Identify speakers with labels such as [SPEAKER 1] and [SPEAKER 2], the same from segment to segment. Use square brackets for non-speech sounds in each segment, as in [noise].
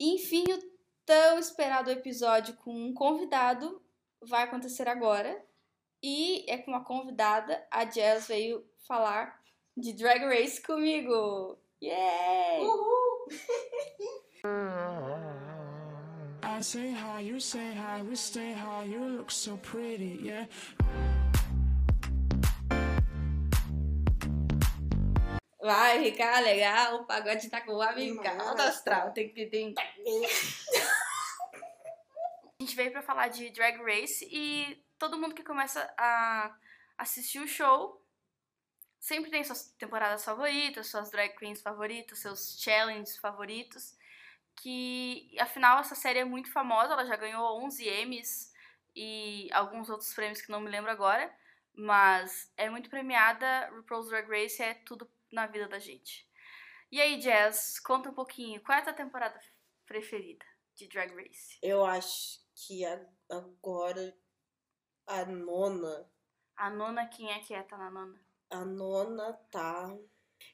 [SPEAKER 1] Enfim, o tão esperado episódio com um convidado vai acontecer agora. E é com uma convidada, a Jazz veio falar de Drag Race comigo. Yay!
[SPEAKER 2] I say hi, you say hi, we stay high, you look so pretty, yeah.
[SPEAKER 1] Vai ficar legal, o pagode tá com a amiga.
[SPEAKER 3] Nossa.
[SPEAKER 1] Alto astral, tem que um tem.
[SPEAKER 4] A gente veio pra falar de Drag Race e todo mundo que começa a assistir o show sempre tem suas temporadas favoritas, suas drag queens favoritas, seus challenges favoritos. Que afinal essa série é muito famosa, ela já ganhou 11 Emmys e alguns outros prêmios que não me lembro agora, mas é muito premiada. RuPaul's Drag Race é tudo na vida da gente. E aí, Jazz, conta um pouquinho, qual é a tua temporada preferida de Drag Race?
[SPEAKER 3] Eu acho que a- agora a nona.
[SPEAKER 4] A nona, quem é que é? Tá na nona.
[SPEAKER 3] A nona tá.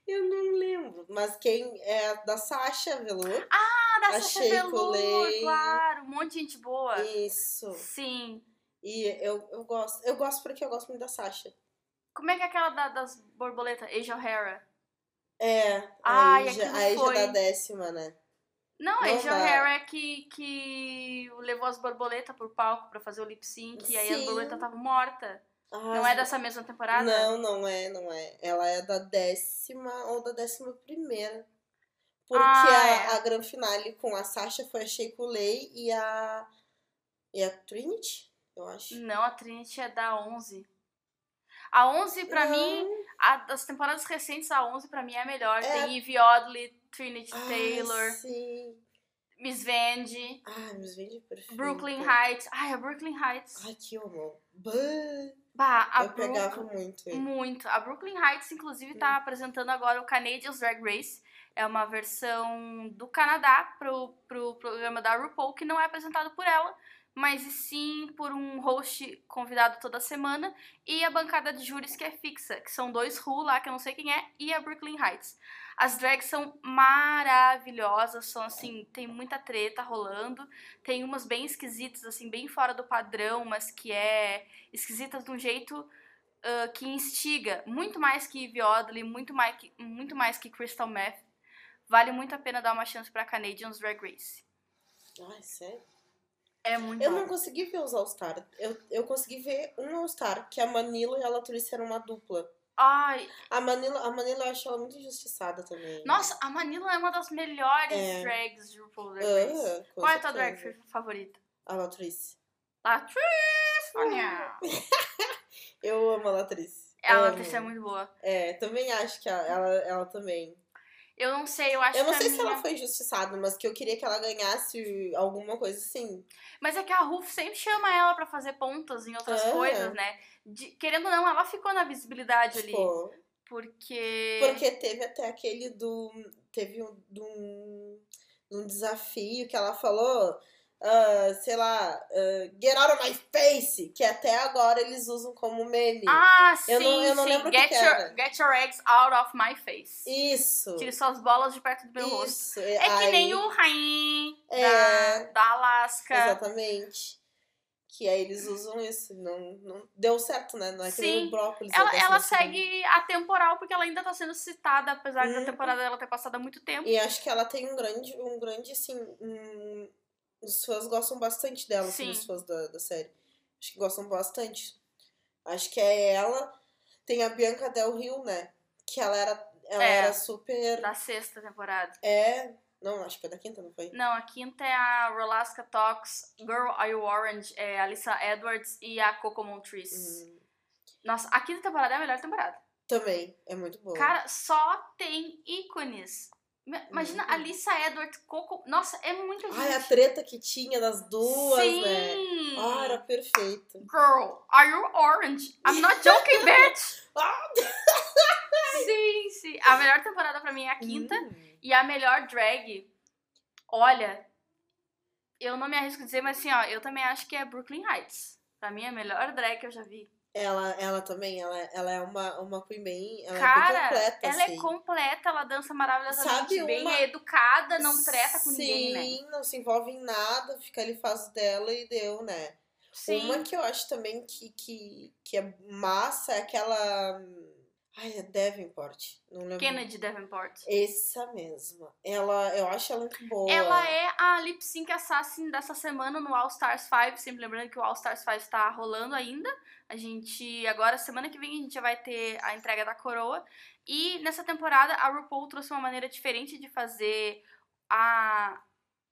[SPEAKER 3] Eu não lembro. Mas quem é a da Sasha Velour?
[SPEAKER 4] Ah, da
[SPEAKER 3] A
[SPEAKER 4] Sasha
[SPEAKER 3] Sheiko
[SPEAKER 4] Velour,
[SPEAKER 3] Lane.
[SPEAKER 4] claro. Um monte de gente boa.
[SPEAKER 3] Isso.
[SPEAKER 4] Sim.
[SPEAKER 3] E eu, eu gosto. Eu gosto porque eu gosto muito da Sasha.
[SPEAKER 4] Como é que é aquela da- das borboletas? Asia O'Hara.
[SPEAKER 3] É.
[SPEAKER 4] Ai,
[SPEAKER 3] aí já,
[SPEAKER 4] aquilo
[SPEAKER 3] aí já
[SPEAKER 4] foi.
[SPEAKER 3] dá décima, né?
[SPEAKER 4] Não, a
[SPEAKER 3] Não
[SPEAKER 4] Asia
[SPEAKER 3] dá.
[SPEAKER 4] O'Hara é que, que levou as borboletas pro palco pra fazer o lip sync. E aí as
[SPEAKER 3] Sim.
[SPEAKER 4] borboletas estavam mortas.
[SPEAKER 3] Ai,
[SPEAKER 4] Não é dessa mesma temporada?
[SPEAKER 3] Não, não é, não é. Ela é da décima ou da décima primeira. Porque
[SPEAKER 4] Ah,
[SPEAKER 3] a, a gran finale com a Sasha foi a Sheiko Lei e a. E a Trinity, eu acho.
[SPEAKER 4] Não, a Trinity é da 11. A 11, pra mim, a- das temporadas recentes, a 11 pra mim é a melhor.
[SPEAKER 3] É.
[SPEAKER 4] Tem Eve Oddly, Trinity
[SPEAKER 3] Ai,
[SPEAKER 4] Taylor,
[SPEAKER 3] Sim.
[SPEAKER 4] Miss Vandy.
[SPEAKER 3] Ai, mas vende perfeito.
[SPEAKER 4] Brooklyn Heights. Ai, a Brooklyn Heights.
[SPEAKER 3] Ai, que horror. Bah,
[SPEAKER 4] Bah, a
[SPEAKER 3] eu
[SPEAKER 4] Brook-
[SPEAKER 3] pegava muito ele.
[SPEAKER 4] Muito. A Brooklyn Heights, inclusive, tá apresentando agora o Canadians Drag Race. É uma versão do Canadá pro, pro programa da RuPaul, que não é apresentado por ela, mas e sim por um host convidado toda semana. E a bancada de júris que é fixa, que são dois Who lá, que eu não sei quem é, e a Brooklyn Heights. As drags são maravilhosas, são assim, tem muita treta rolando. Tem umas bem esquisitas, assim, bem fora do padrão, mas que é esquisitas de um jeito ah, que instiga muito mais que Eve Oddly, muito mais que, muito mais que Crystal Meth. Vale muito a pena dar uma chance pra Canadians Drag Race.
[SPEAKER 3] Ai, sério.
[SPEAKER 4] É muito
[SPEAKER 3] Eu não consegui ver os All-Star. Eu, eu consegui ver um All-Star, que a Manila e a Latrice eram uma dupla.
[SPEAKER 4] Ai,
[SPEAKER 3] A Manila, a Manila eu acho ela muito injustiçada também.
[SPEAKER 4] nossa, a Manila é uma das melhores
[SPEAKER 3] É.
[SPEAKER 4] drags de RuPaul Drag Race.
[SPEAKER 3] Ah, com
[SPEAKER 4] Qual é a tua
[SPEAKER 3] certeza.
[SPEAKER 4] drag fa- favorita?
[SPEAKER 3] A Latrice.
[SPEAKER 4] Latrice!
[SPEAKER 3] Ah,
[SPEAKER 4] Olha.
[SPEAKER 3] Eu amo a Latrice.
[SPEAKER 4] É, A
[SPEAKER 3] Amo.
[SPEAKER 4] Latrice é muito boa.
[SPEAKER 3] É, também acho que ela, ela, ela também.
[SPEAKER 4] Eu não sei, eu acho
[SPEAKER 3] eu não
[SPEAKER 4] que
[SPEAKER 3] sei
[SPEAKER 4] a
[SPEAKER 3] se
[SPEAKER 4] minha...
[SPEAKER 3] ela foi injustiçada, mas que eu queria que ela ganhasse alguma coisa assim.
[SPEAKER 4] Mas é que a Ruff sempre chama ela pra fazer pontas em outras
[SPEAKER 3] É.
[SPEAKER 4] coisas, né? De- querendo ou não, ela ficou na visibilidade ali.
[SPEAKER 3] Tipo,
[SPEAKER 4] Porque...
[SPEAKER 3] porque teve até aquele do. Teve um, de um, de um desafio que ela falou. ah, sei lá, ah, get out of my face! Que até agora eles usam como meme.
[SPEAKER 4] Ah, sim,
[SPEAKER 3] Eu não- eu não
[SPEAKER 4] sim.
[SPEAKER 3] lembro o que
[SPEAKER 4] get,
[SPEAKER 3] que
[SPEAKER 4] your,
[SPEAKER 3] era.
[SPEAKER 4] get your eggs out of my face.
[SPEAKER 3] Isso!
[SPEAKER 4] Tire suas bolas de perto do meu rosto.
[SPEAKER 3] isso.
[SPEAKER 4] É que nem o Rain da,
[SPEAKER 3] É.
[SPEAKER 4] da Alaska.
[SPEAKER 3] Exatamente. Que aí eles usam isso. Não, não... Deu certo, né? Não é que nem
[SPEAKER 4] Sim.
[SPEAKER 3] o brócolis. assim, né? eu
[SPEAKER 4] Ela,
[SPEAKER 3] gosto
[SPEAKER 4] ela
[SPEAKER 3] muito.
[SPEAKER 4] segue atemporal porque ela ainda tá sendo citada, apesar da
[SPEAKER 3] Uhum.
[SPEAKER 4] temporada dela ter passado há muito tempo.
[SPEAKER 3] E acho que ela tem um grande, um grande assim. Um... Os fãs gostam bastante dela, assim,
[SPEAKER 4] Sim.
[SPEAKER 3] os fãs da, da série. Acho que gostam bastante. Acho que é ela. Tem a Bianca Del Rio, né? Que ela era, ela
[SPEAKER 4] É.
[SPEAKER 3] era super.
[SPEAKER 4] Da sexta temporada.
[SPEAKER 3] É. Não, acho que foi da quinta, não foi?
[SPEAKER 4] Não, a quinta é a Rolaska Talks, Girl Are You Orange, é a Alyssa Edwards e a Coco Montrese.
[SPEAKER 3] Hum,
[SPEAKER 4] Nossa, a quinta temporada é a melhor temporada.
[SPEAKER 3] Também. É muito boa.
[SPEAKER 4] Cara, só tem ícones. Ma- Imagina
[SPEAKER 3] Uhum.
[SPEAKER 4] a Lisa Edwards, Coco. Nossa, é muita gente.
[SPEAKER 3] Ai, a treta que tinha das duas,
[SPEAKER 4] Sim.
[SPEAKER 3] né? Ah, era perfeito.
[SPEAKER 4] Girl, are you orange? I'm
[SPEAKER 3] [laughs]
[SPEAKER 4] not joking, bitch!
[SPEAKER 3] Ah!
[SPEAKER 4] sim, sim. A melhor temporada pra mim é a quinta.
[SPEAKER 3] Hum.
[SPEAKER 4] E a melhor drag, olha, eu não me arrisco a dizer, mas assim, ó, eu também acho que é Brooklyn Heights. Pra mim, é a melhor drag que eu já vi.
[SPEAKER 3] Ela, ela também, ela, ela é uma, uma queen bem. Ela é bem
[SPEAKER 4] Cara,
[SPEAKER 3] completa,
[SPEAKER 4] ela
[SPEAKER 3] assim.
[SPEAKER 4] é completa, ela dança maravilhosamente
[SPEAKER 3] Sabe
[SPEAKER 4] bem,
[SPEAKER 3] uma-
[SPEAKER 4] é educada, não treta com ninguém, né?
[SPEAKER 3] Sim, não se envolve em nada, fica ali, faz o dela e deu, né?
[SPEAKER 4] Sim.
[SPEAKER 3] Uma que eu acho também que, que, que é massa é aquela. hum, Ai, é Davenport. Não lembro.
[SPEAKER 4] Kennedy Davenport.
[SPEAKER 3] Essa mesma. Ela, eu acho ela muito boa.
[SPEAKER 4] Ela é a lip sync assassin dessa semana no All Stars 5. Sempre lembrando que o All Stars 5 tá rolando ainda. A gente, agora, semana que vem, a gente já vai ter a entrega da coroa. E nessa temporada, a RuPaul trouxe uma maneira diferente de fazer a,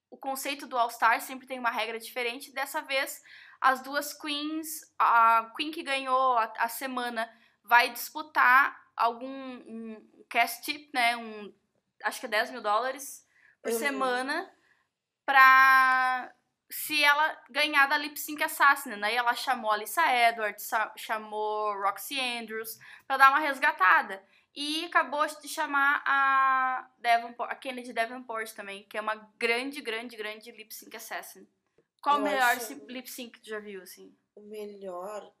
[SPEAKER 4] o conceito do All Stars. Sempre tem uma regra diferente. Dessa vez, as duas queens, a queen que ganhou a, a semana, vai disputar algum um cast tip, né? Um, acho que é 10 mil dólares por
[SPEAKER 3] Uhum.
[SPEAKER 4] semana pra se ela ganhar da Lip Sync Assassin, né? E ela chamou a Lisa Edwards, sa- chamou Roxy Andrews pra dar uma resgatada. E acabou de chamar a, Devonport, a Kennedy Davenport também, que é uma grande, grande, grande lip sync assassin. Qual o
[SPEAKER 3] Eu
[SPEAKER 4] melhor
[SPEAKER 3] acho-
[SPEAKER 4] si- lip sync que tu já viu, assim?
[SPEAKER 3] O melhor.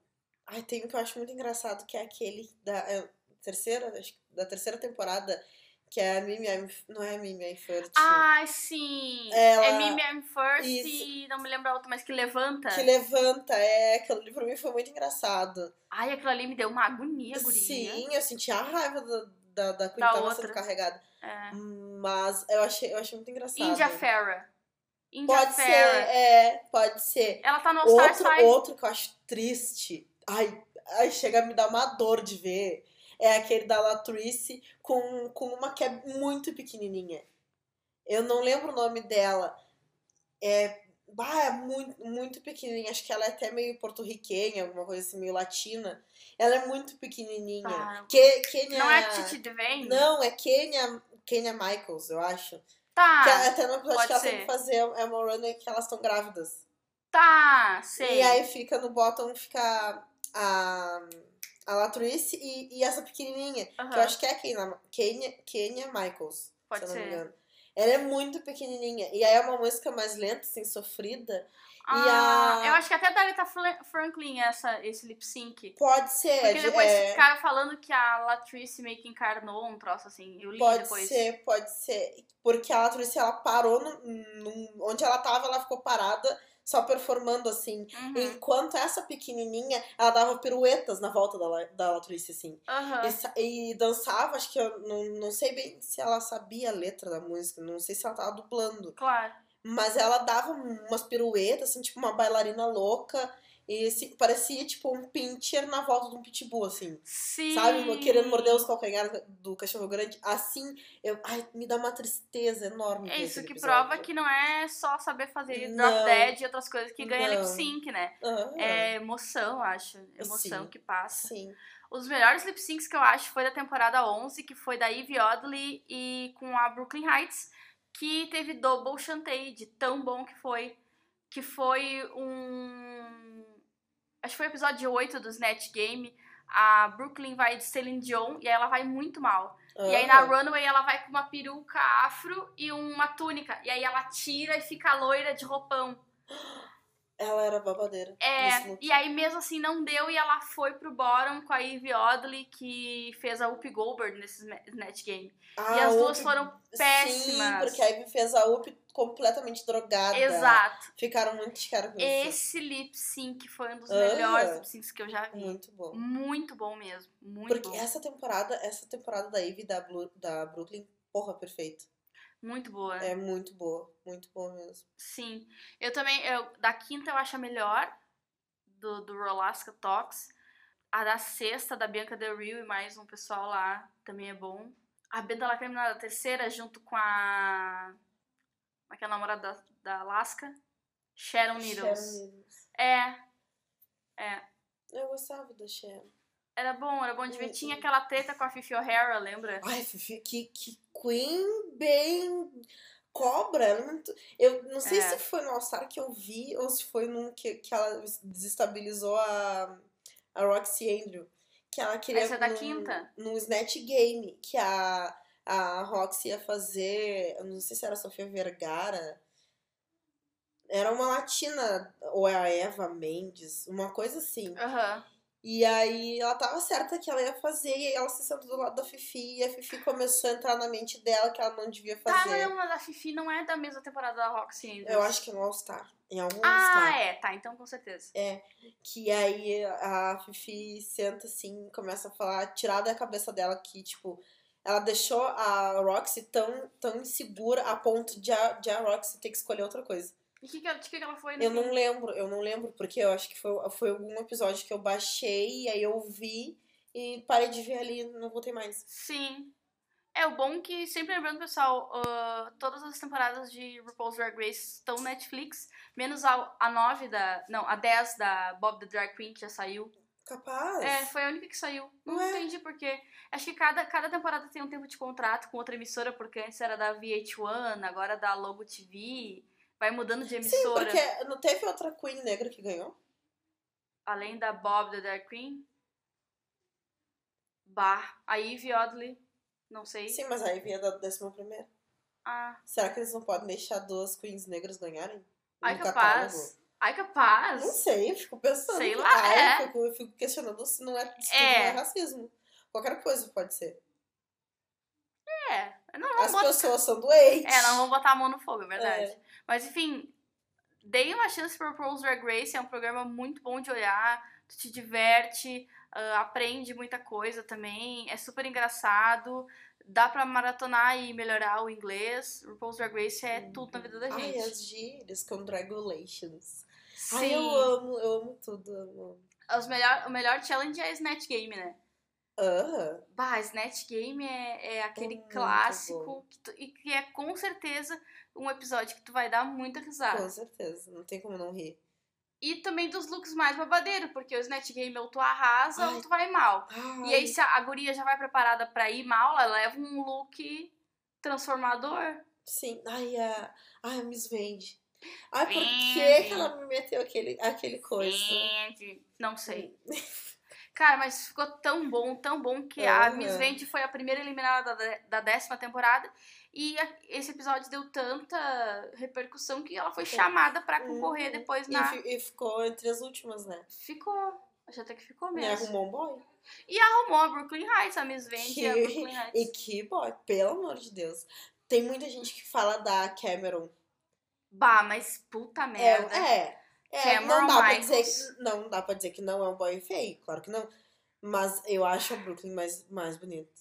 [SPEAKER 3] Ai, tem um que eu acho muito engraçado, que é aquele da é, terceira, acho que da terceira temporada, que é a Mimi. I'm- Não é a Mimi, é First.
[SPEAKER 4] Ah, sim!
[SPEAKER 3] Ela-
[SPEAKER 4] É Mimi I'm First
[SPEAKER 3] Isso.
[SPEAKER 4] e não me lembro a outra, mas que levanta.
[SPEAKER 3] Que levanta, é, aquilo ali pra mim foi muito engraçado.
[SPEAKER 4] Ai, aquilo ali me deu uma agonia, guria.
[SPEAKER 3] Sim, eu senti a raiva da, da, da Queen que tava sendo
[SPEAKER 4] outra.
[SPEAKER 3] carregada.
[SPEAKER 4] É.
[SPEAKER 3] Mas eu achei, eu achei muito engraçado.
[SPEAKER 4] India Farah. India
[SPEAKER 3] Pode ser,
[SPEAKER 4] Farah.
[SPEAKER 3] é, pode ser.
[SPEAKER 4] Ela tá no All Stars
[SPEAKER 3] Outro,
[SPEAKER 4] 5.
[SPEAKER 3] outro que eu acho triste, ai, ai, chega a me dar uma dor de ver, é aquele da Latrice com, com uma que é muito pequenininha. Eu não lembro o nome dela. É, bah, é muito, muito pequenininha. Acho que ela é até meio porto-riquenha, alguma coisa assim, meio latina. Ela é muito pequenininha.
[SPEAKER 4] Ah.
[SPEAKER 3] Que, Kenya,
[SPEAKER 4] Não é Titi Devane?
[SPEAKER 3] Não, é Kenya, Kenya Michaels, eu acho.
[SPEAKER 4] Tá,
[SPEAKER 3] que é- ela- até no episódio
[SPEAKER 4] pode
[SPEAKER 3] que ela tem
[SPEAKER 4] ser.
[SPEAKER 3] que fazer é uma runway que elas estão grávidas.
[SPEAKER 4] tá, sei.
[SPEAKER 3] E aí fica no bottom, fica a, a Latrice e, e essa pequenininha. Que eu
[SPEAKER 4] Aham.
[SPEAKER 3] acho que é a Kenya, Kenya, Kenya Michaels,
[SPEAKER 4] Pode
[SPEAKER 3] se eu não me
[SPEAKER 4] ser.
[SPEAKER 3] engano. Ela é muito pequenininha. E aí é uma música mais lenta, assim, sofrida.
[SPEAKER 4] Ah,
[SPEAKER 3] a-
[SPEAKER 4] Eu acho que até da Aretha Fla- Franklin essa, esse lip sync.
[SPEAKER 3] Pode ser.
[SPEAKER 4] Porque
[SPEAKER 3] de-
[SPEAKER 4] depois
[SPEAKER 3] é,
[SPEAKER 4] ficaram falando que a Latrice meio que encarnou um troço assim. Eu li
[SPEAKER 3] pode
[SPEAKER 4] depois.
[SPEAKER 3] ser, pode ser. Porque a Latrice, ela parou no, num- onde ela tava, ela ficou parada, só performando, assim.
[SPEAKER 4] Uhum.
[SPEAKER 3] Enquanto essa pequenininha, ela dava piruetas na volta da, La- da Latrice, assim.
[SPEAKER 4] aham.
[SPEAKER 3] E sa- E, dançava, acho que eu não, não sei bem se ela sabia a letra da música, não sei se ela tava dublando.
[SPEAKER 4] Claro.
[SPEAKER 3] Mas ela dava um, umas piruetas, assim, tipo uma bailarina louca. E assim, parecia tipo um pincher na volta de um pitbull, assim.
[SPEAKER 4] Sim.
[SPEAKER 3] Sabe? Querendo morder os calcanhares do cachorro grande. Assim, eu, ai, me dá uma tristeza enorme.
[SPEAKER 4] É
[SPEAKER 3] ver
[SPEAKER 4] isso que
[SPEAKER 3] aquele episódio.
[SPEAKER 4] prova que não é só saber fazer
[SPEAKER 3] Não.
[SPEAKER 4] drop dead e outras coisas que ganha
[SPEAKER 3] Não.
[SPEAKER 4] lip sync, né?
[SPEAKER 3] Ah,
[SPEAKER 4] É emoção, acho. Emoção
[SPEAKER 3] Sim.
[SPEAKER 4] que passa.
[SPEAKER 3] Sim.
[SPEAKER 4] Os melhores lip syncs que eu acho foi da temporada 11, que foi da Ivy Oddly e com a Brooklyn Heights, que teve double chantei de tão bom que foi. Que foi um. Acho que foi o episódio 8 do Snatch Game. A Brooklyn vai de Celine Dion e aí ela vai muito mal. E aí na
[SPEAKER 3] Ah,
[SPEAKER 4] runway ela vai com uma peruca afro e uma túnica. E aí ela tira e fica loira de roupão.
[SPEAKER 3] Ela era babadeira. Nesse
[SPEAKER 4] É,
[SPEAKER 3] look.
[SPEAKER 4] e aí mesmo assim não deu e ela foi pro bottom com a Ivy Oddly, que fez a Whoopi Goldberg nesse Sma- Snatch Game.
[SPEAKER 3] Ah,
[SPEAKER 4] e as duas
[SPEAKER 3] outra-
[SPEAKER 4] foram péssimas.
[SPEAKER 3] Sim, porque a Ivy fez a UP completamente drogada.
[SPEAKER 4] Exato.
[SPEAKER 3] Ficaram muito de cara com isso.
[SPEAKER 4] Esse lip sync foi um dos
[SPEAKER 3] Ah.
[SPEAKER 4] melhores lip syncs que eu já vi.
[SPEAKER 3] Muito bom.
[SPEAKER 4] Muito bom mesmo. Muito
[SPEAKER 3] Porque
[SPEAKER 4] bom.
[SPEAKER 3] essa temporada, essa temporada da Ivy e da, Blu- da Brooklyn, porra, perfeito.
[SPEAKER 4] Muito boa.
[SPEAKER 3] É muito boa, muito boa mesmo.
[SPEAKER 4] Sim. Eu também, eu, da quinta eu acho a melhor, do, do Rolasca Talks. A da sexta, da Bianca Del Rio e mais um pessoal lá, também é bom. A Benda Lacrime na terceira, junto com a... Como é que é a namorada da, da Alaska? Sharon Needles.
[SPEAKER 3] Sharon Needles.
[SPEAKER 4] É,
[SPEAKER 3] Eu gostava da Sharon.
[SPEAKER 4] era bom, era bom de ver.
[SPEAKER 3] Uhum.
[SPEAKER 4] Tinha aquela treta com a Fifi O'Hara, lembra?
[SPEAKER 3] Ai, Fifi, que, que Queen bem cobra. ela é muito- Eu não sei
[SPEAKER 4] É.
[SPEAKER 3] se foi no All Star que eu vi ou se foi num que, que ela desestabilizou a, a Roxy Andrew. Que ela queria.
[SPEAKER 4] Essa é da
[SPEAKER 3] num-
[SPEAKER 4] quinta?
[SPEAKER 3] No Snatch Game, que a, a Roxy ia fazer. Eu não sei se era a Sofia Vergara. Era uma latina, ou é a Eva Mendes, uma coisa assim.
[SPEAKER 4] Aham.
[SPEAKER 3] E aí ela tava certa que ela ia fazer, e aí ela se sentou do lado da Fifi, e a Fifi começou a entrar na mente dela que ela não devia
[SPEAKER 4] Tá, mas
[SPEAKER 3] fazer.
[SPEAKER 4] não, mas a Fifi não é da mesma temporada da Roxy ainda.
[SPEAKER 3] Eu acho que é no All-Star. Em algum All-Star.
[SPEAKER 4] Ah, é, tá, então com certeza.
[SPEAKER 3] Que aí a Fifi senta assim, começa a falar, tirar da cabeça dela que, tipo, ela deixou a Roxy tão, tão insegura a ponto de a, de a Roxy ter que escolher outra coisa.
[SPEAKER 4] E que que ela- de que, que ela foi no
[SPEAKER 3] Eu
[SPEAKER 4] fim?
[SPEAKER 3] não lembro, eu não lembro, porque eu acho que foi, foi algum episódio que eu baixei, e aí eu vi e parei de ver ali, não voltei mais.
[SPEAKER 4] Sim. É, o bom que, sempre lembrando, pessoal, ah, todas as temporadas de RuPaul's Drag Race estão no Netflix, menos a, a 9 da... Não, a 10 da Bob the Drag Queen, que já saiu.
[SPEAKER 3] Capaz.
[SPEAKER 4] É, foi a única que saiu. Não
[SPEAKER 3] Ué.
[SPEAKER 4] entendi por quê. Acho que cada, cada temporada tem um tempo de contrato com outra emissora, porque antes era da VH1, agora da Logo TV. Vai mudando de
[SPEAKER 3] Sim,
[SPEAKER 4] emissora.
[SPEAKER 3] porque não teve outra Queen negra que ganhou?
[SPEAKER 4] Além da Bob da Drag Queen. Bah. A Ivy Odley. Não sei.
[SPEAKER 3] Sim, mas aí vinha da décima primeira.
[SPEAKER 4] Ah,
[SPEAKER 3] Será que eles não podem deixar duas Queens negras ganharem?
[SPEAKER 4] ai,
[SPEAKER 3] No catálogo?
[SPEAKER 4] capaz. Ai, capaz.
[SPEAKER 3] Não sei, eu fico pensando.
[SPEAKER 4] Sei lá,
[SPEAKER 3] Ai,
[SPEAKER 4] é.
[SPEAKER 3] eu, fico, eu fico questionando se não é, se tudo
[SPEAKER 4] É.
[SPEAKER 3] não é racismo. Qualquer coisa pode ser.
[SPEAKER 4] É. Não,
[SPEAKER 3] As
[SPEAKER 4] não bota...
[SPEAKER 3] pessoas são doentes.
[SPEAKER 4] É, não vão botar a mão no fogo, é verdade.
[SPEAKER 3] É.
[SPEAKER 4] Mas enfim, dei uma chance pro Pros Drag Race, é um programa muito bom de olhar, tu te diverte, ah, aprende muita coisa também, é super engraçado, dá pra maratonar e melhorar o inglês. RuPaul's Drag Race é tudo na vida da
[SPEAKER 3] Uhum. Ai,
[SPEAKER 4] gente.
[SPEAKER 3] as gírias congratulations.
[SPEAKER 4] Sim.
[SPEAKER 3] Ai, eu amo, eu amo tudo. eu amo.
[SPEAKER 4] Os melhor, o melhor challenge é Snatch Game, né?
[SPEAKER 3] Aham.
[SPEAKER 4] Bah, Snatch né, Game é, é aquele
[SPEAKER 3] Muito
[SPEAKER 4] clássico
[SPEAKER 3] bom.
[SPEAKER 4] que tu- e que é com certeza um episódio que tu vai dar muita risada.
[SPEAKER 3] Com certeza, não tem como não rir.
[SPEAKER 4] E também dos looks mais babadeiro, porque o Snatch Game ou tu arrasa
[SPEAKER 3] Ai.
[SPEAKER 4] ou tu vai mal.
[SPEAKER 3] Ai,
[SPEAKER 4] E aí, se a, a guria já vai preparada pra ir mal, ela leva um look transformador.
[SPEAKER 3] Sim, ai, a, ai, a Miss Vende. Ai, por
[SPEAKER 4] Vende.
[SPEAKER 3] que, que ela me meteu aquele, aquele coisa?
[SPEAKER 4] Gente, Não sei. Cara, mas ficou tão bom, tão bom que a
[SPEAKER 3] Aham.
[SPEAKER 4] Miss Vente foi a primeira eliminada da, da décima temporada. E a- esse episódio deu tanta repercussão que ela foi chamada pra concorrer
[SPEAKER 3] É. Uhum.
[SPEAKER 4] depois
[SPEAKER 3] E
[SPEAKER 4] na.
[SPEAKER 3] fi- E, ficou entre as últimas, né?
[SPEAKER 4] Ficou. Acho até que ficou
[SPEAKER 3] Né,
[SPEAKER 4] mesmo.
[SPEAKER 3] Arrumou um boy.
[SPEAKER 4] Arrumou a Brooklyn Heights, a Miss Vente
[SPEAKER 3] [laughs]
[SPEAKER 4] e a
[SPEAKER 3] Que-
[SPEAKER 4] Brooklyn Heights.
[SPEAKER 3] E que boy, pelo amor de Deus. Tem muita gente que fala da Cameron.
[SPEAKER 4] Bah, mas puta
[SPEAKER 3] É,
[SPEAKER 4] merda.
[SPEAKER 3] é. é,
[SPEAKER 4] Cameron
[SPEAKER 3] não dá pra dizer
[SPEAKER 4] Michaels.
[SPEAKER 3] que, não não dá pra dizer que não é um boy feio, claro que não. Mas eu acho a Brooklyn mais, mais bonita.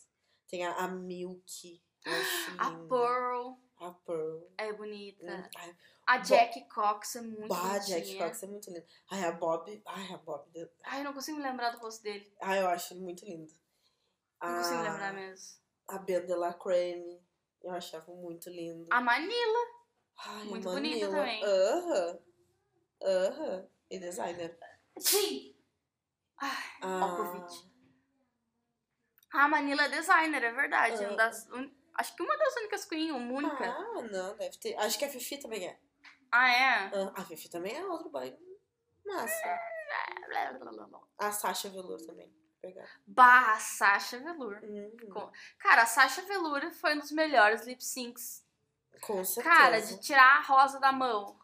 [SPEAKER 3] Tem a, a Milk. eu acho
[SPEAKER 4] A
[SPEAKER 3] linda.
[SPEAKER 4] Pearl
[SPEAKER 3] A Pearl.
[SPEAKER 4] é bonita.
[SPEAKER 3] Ai,
[SPEAKER 4] A Jack Cox é muito
[SPEAKER 3] bah, a
[SPEAKER 4] bonitinha.
[SPEAKER 3] Jack Fox é muito linda. Ai, a Bob. Ai, a Bob.
[SPEAKER 4] Ai, eu não consigo me lembrar do rosto dele.
[SPEAKER 3] Ai, eu acho muito linda.
[SPEAKER 4] Não consigo me lembrar
[SPEAKER 3] A,
[SPEAKER 4] mesmo.
[SPEAKER 3] a Ben de la Creme. Eu achava muito lindo.
[SPEAKER 4] A Manila.
[SPEAKER 3] Ai,
[SPEAKER 4] Muito
[SPEAKER 3] Manila.
[SPEAKER 4] bonita também.
[SPEAKER 3] Aham. Aham. E designer.
[SPEAKER 4] Sim.
[SPEAKER 3] Ah,
[SPEAKER 4] Popovic. A Manila é designer, é verdade.
[SPEAKER 3] Ah.
[SPEAKER 4] Uma das, un- Acho que uma das únicas Queen, uma única.
[SPEAKER 3] Ah, não, deve ter. Acho que a Fifi também é.
[SPEAKER 4] Ah, é?
[SPEAKER 3] Ah, a Fifi também é outro boy. Massa.
[SPEAKER 4] Blá, blá, blá, blá.
[SPEAKER 3] A Sasha Velour também. Vou Pegar.
[SPEAKER 4] Bah, a Sasha Velour.
[SPEAKER 3] Hum,
[SPEAKER 4] Com- Cara, a Sasha Velour foi um dos melhores lip syncs.
[SPEAKER 3] com certeza.
[SPEAKER 4] Cara, de tirar a rosa da mão.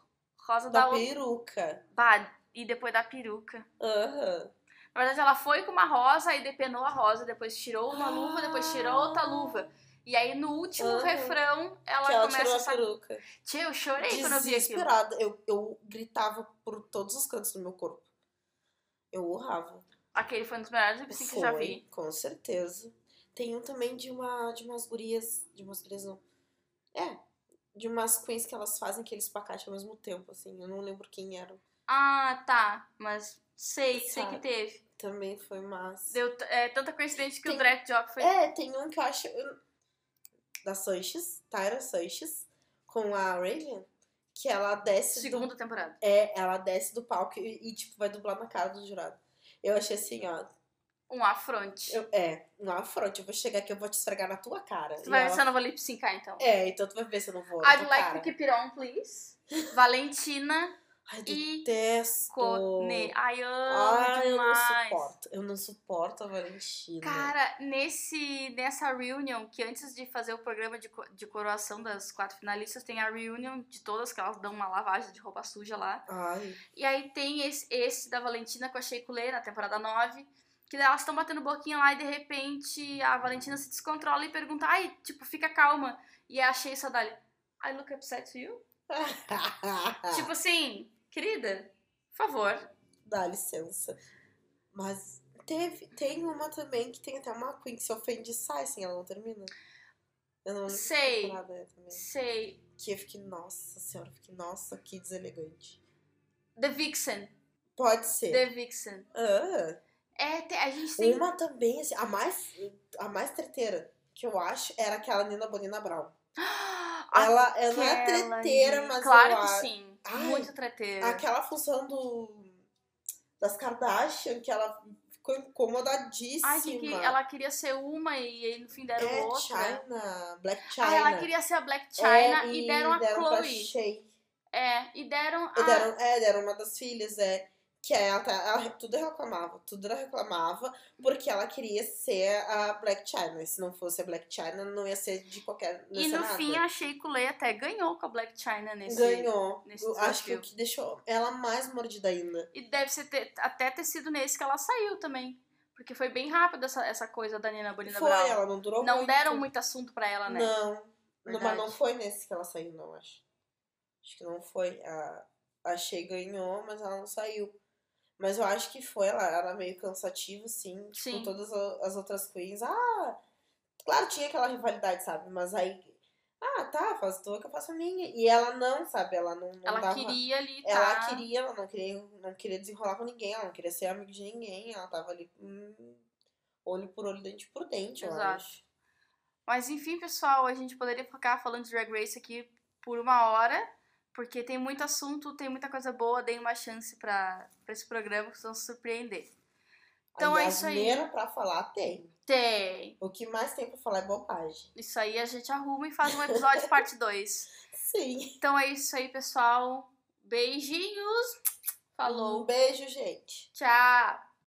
[SPEAKER 4] Rosa da,
[SPEAKER 3] da
[SPEAKER 4] outra.
[SPEAKER 3] peruca.
[SPEAKER 4] Bah, e depois da peruca.
[SPEAKER 3] Aham.
[SPEAKER 4] Na verdade, ela foi com uma rosa e depenou a rosa, depois tirou uma
[SPEAKER 3] Ah.
[SPEAKER 4] luva, depois tirou outra luva. E aí, no último
[SPEAKER 3] Aham.
[SPEAKER 4] refrão, ela,
[SPEAKER 3] Que ela
[SPEAKER 4] começa
[SPEAKER 3] tirou
[SPEAKER 4] essa.
[SPEAKER 3] a peruca.
[SPEAKER 4] Tia, eu chorei quando eu vi aquilo.
[SPEAKER 3] Desesperada. Eu, eu gritava por todos os cantos do meu corpo. Eu urrava.
[SPEAKER 4] Aquele foi um dos melhores lipsticks que eu já
[SPEAKER 3] Foi,
[SPEAKER 4] vi.
[SPEAKER 3] Com certeza. Tem um também de uma de umas gurias. De umas gurias não. É. De umas queens que elas fazem aquele espacate ao mesmo tempo, assim. Eu não lembro quem eram.
[SPEAKER 4] Ah, tá. Mas sei, sei
[SPEAKER 3] Sabe.
[SPEAKER 4] que teve.
[SPEAKER 3] Também foi massa.
[SPEAKER 4] Deu t- é, tanta coincidência que o
[SPEAKER 3] Tem-
[SPEAKER 4] Drag Job foi.
[SPEAKER 3] É, tem um que eu acho. eu- Da Sanches, Tyra Sanches, com a Raven. Que ela desce do
[SPEAKER 4] Segunda temporada.
[SPEAKER 3] É, ela desce do palco e, e, tipo, vai dublar na cara do jurado. Eu achei assim, ó.
[SPEAKER 4] Um afronte.
[SPEAKER 3] Eu, é, não afronte, eu vou chegar aqui, eu vou te esfregar na tua cara.
[SPEAKER 4] Tu
[SPEAKER 3] E
[SPEAKER 4] vai ver
[SPEAKER 3] ela-
[SPEAKER 4] se eu não vou lipsincar, então.
[SPEAKER 3] É, então tu vai ver se eu não vou. na
[SPEAKER 4] I'd
[SPEAKER 3] tua
[SPEAKER 4] like
[SPEAKER 3] cara.
[SPEAKER 4] to keep it on, please. Valentina.
[SPEAKER 3] Ai, detesto.
[SPEAKER 4] Cone. Ai, né, amo
[SPEAKER 3] Ai, eu não
[SPEAKER 4] demais.
[SPEAKER 3] suporto. né? Eu não suporto a Valentina.
[SPEAKER 4] Cara, nesse, nessa reunion, que antes de fazer o programa de, co- de coroação das quatro finalistas, tem a reunion de todas que elas dão uma lavagem de roupa suja lá.
[SPEAKER 3] Ai,
[SPEAKER 4] E aí tem esse, esse da Valentina que eu achei culê na temporada 9. Que daí elas estão batendo boquinha lá e de repente a Valentina se descontrola e pergunta, ai, tipo, fica calma. E aí achei isso dali. I look upset to you? [laughs]
[SPEAKER 3] Ah.
[SPEAKER 4] Tipo assim, querida, por favor.
[SPEAKER 3] [laughs] dá licença. Mas teve, tem uma também que tem até uma Queen que se ofende e sai, assim, ela não termina. Eu não lembro que
[SPEAKER 4] Sei.
[SPEAKER 3] temporada é também.
[SPEAKER 4] Sei.
[SPEAKER 3] Que eu fiquei, nossa senhora, eu fiquei, nossa, que deselegante.
[SPEAKER 4] The Vixen.
[SPEAKER 3] Pode ser.
[SPEAKER 4] The Vixen.
[SPEAKER 3] Ah.
[SPEAKER 4] É, te- a gente [gasps] tem.
[SPEAKER 3] Uma também, assim, a mais, a mais treteira que eu acho era aquela Nina Bonina Brown. Ela, ela não é
[SPEAKER 4] Aquela
[SPEAKER 3] treteira,
[SPEAKER 4] ali.
[SPEAKER 3] mas
[SPEAKER 4] Claro
[SPEAKER 3] eu
[SPEAKER 4] que
[SPEAKER 3] acho.
[SPEAKER 4] sim.
[SPEAKER 3] Ai,
[SPEAKER 4] Muito treteira.
[SPEAKER 3] Aquela função do, das Kardashian, que ela ficou incomodadíssima.
[SPEAKER 4] Ai, que, que ela queria ser uma e aí no fim deram
[SPEAKER 3] é,
[SPEAKER 4] outra.
[SPEAKER 3] China, Black China.
[SPEAKER 4] Ah, ela queria ser a Black China
[SPEAKER 3] É,
[SPEAKER 4] e, deram a
[SPEAKER 3] pra
[SPEAKER 4] Chloe.
[SPEAKER 3] Shea.
[SPEAKER 4] É, e deram a.
[SPEAKER 3] E deram, é, deram uma das filhas, é. Que ela, tá- ela tudo reclamava, tudo ela reclamava, porque ela queria ser a Black China. E se não fosse a Black China, não ia ser de qualquer. não ia
[SPEAKER 4] E
[SPEAKER 3] ser
[SPEAKER 4] no
[SPEAKER 3] nada.
[SPEAKER 4] fim a Shea Coulee até ganhou com a Black China nesse.
[SPEAKER 3] ganhou.
[SPEAKER 4] nesse
[SPEAKER 3] Eu acho que
[SPEAKER 4] desafio.
[SPEAKER 3] o que deixou ela mais mordida ainda.
[SPEAKER 4] E deve ser ter- até ter sido nesse que ela saiu também. Porque foi bem rápido essa, essa coisa da Nina Bonina
[SPEAKER 3] foi,
[SPEAKER 4] Brown.
[SPEAKER 3] ela não durou
[SPEAKER 4] Não
[SPEAKER 3] muito.
[SPEAKER 4] deram muito assunto pra ela, né?
[SPEAKER 3] Não. Não, mas
[SPEAKER 4] Verdade.
[SPEAKER 3] não foi nesse que ela saiu, não, acho. Acho que não foi. A, a Shea ganhou, mas ela não saiu. Mas eu acho que foi, ela era meio cansativa, assim. Tipo,
[SPEAKER 4] Sim.
[SPEAKER 3] todas a- as outras queens. Ah, claro, tinha aquela rivalidade, sabe? Mas aí. Ah, tá, faz tua que eu faço a minha. E ela não, sabe? Ela não, não
[SPEAKER 4] ela
[SPEAKER 3] dava-
[SPEAKER 4] queria ali. Tá...
[SPEAKER 3] Ela queria, ela não queria, não queria desenrolar com ninguém, ela não queria ser amiga de ninguém, ela tava ali hum, olho por olho, dente por dente, eu
[SPEAKER 4] Exato.
[SPEAKER 3] acho.
[SPEAKER 4] Mas enfim, pessoal, a gente poderia ficar falando de Drag Race aqui por uma hora, porque tem muito assunto, tem muita coisa boa, deem uma chance pra, pra esse programa que vocês vão se surpreender. Então
[SPEAKER 3] Aí,
[SPEAKER 4] é isso aí.
[SPEAKER 3] asneira pra falar tem.
[SPEAKER 4] Tem!
[SPEAKER 3] O que mais tem pra falar é bobagem.
[SPEAKER 4] Isso aí a gente arruma e faz um episódio parte 2.
[SPEAKER 3] Sim.
[SPEAKER 4] Então é isso aí, pessoal. Beijinhos! Falou!
[SPEAKER 3] Uhum. Um beijo, gente.
[SPEAKER 4] Tchau!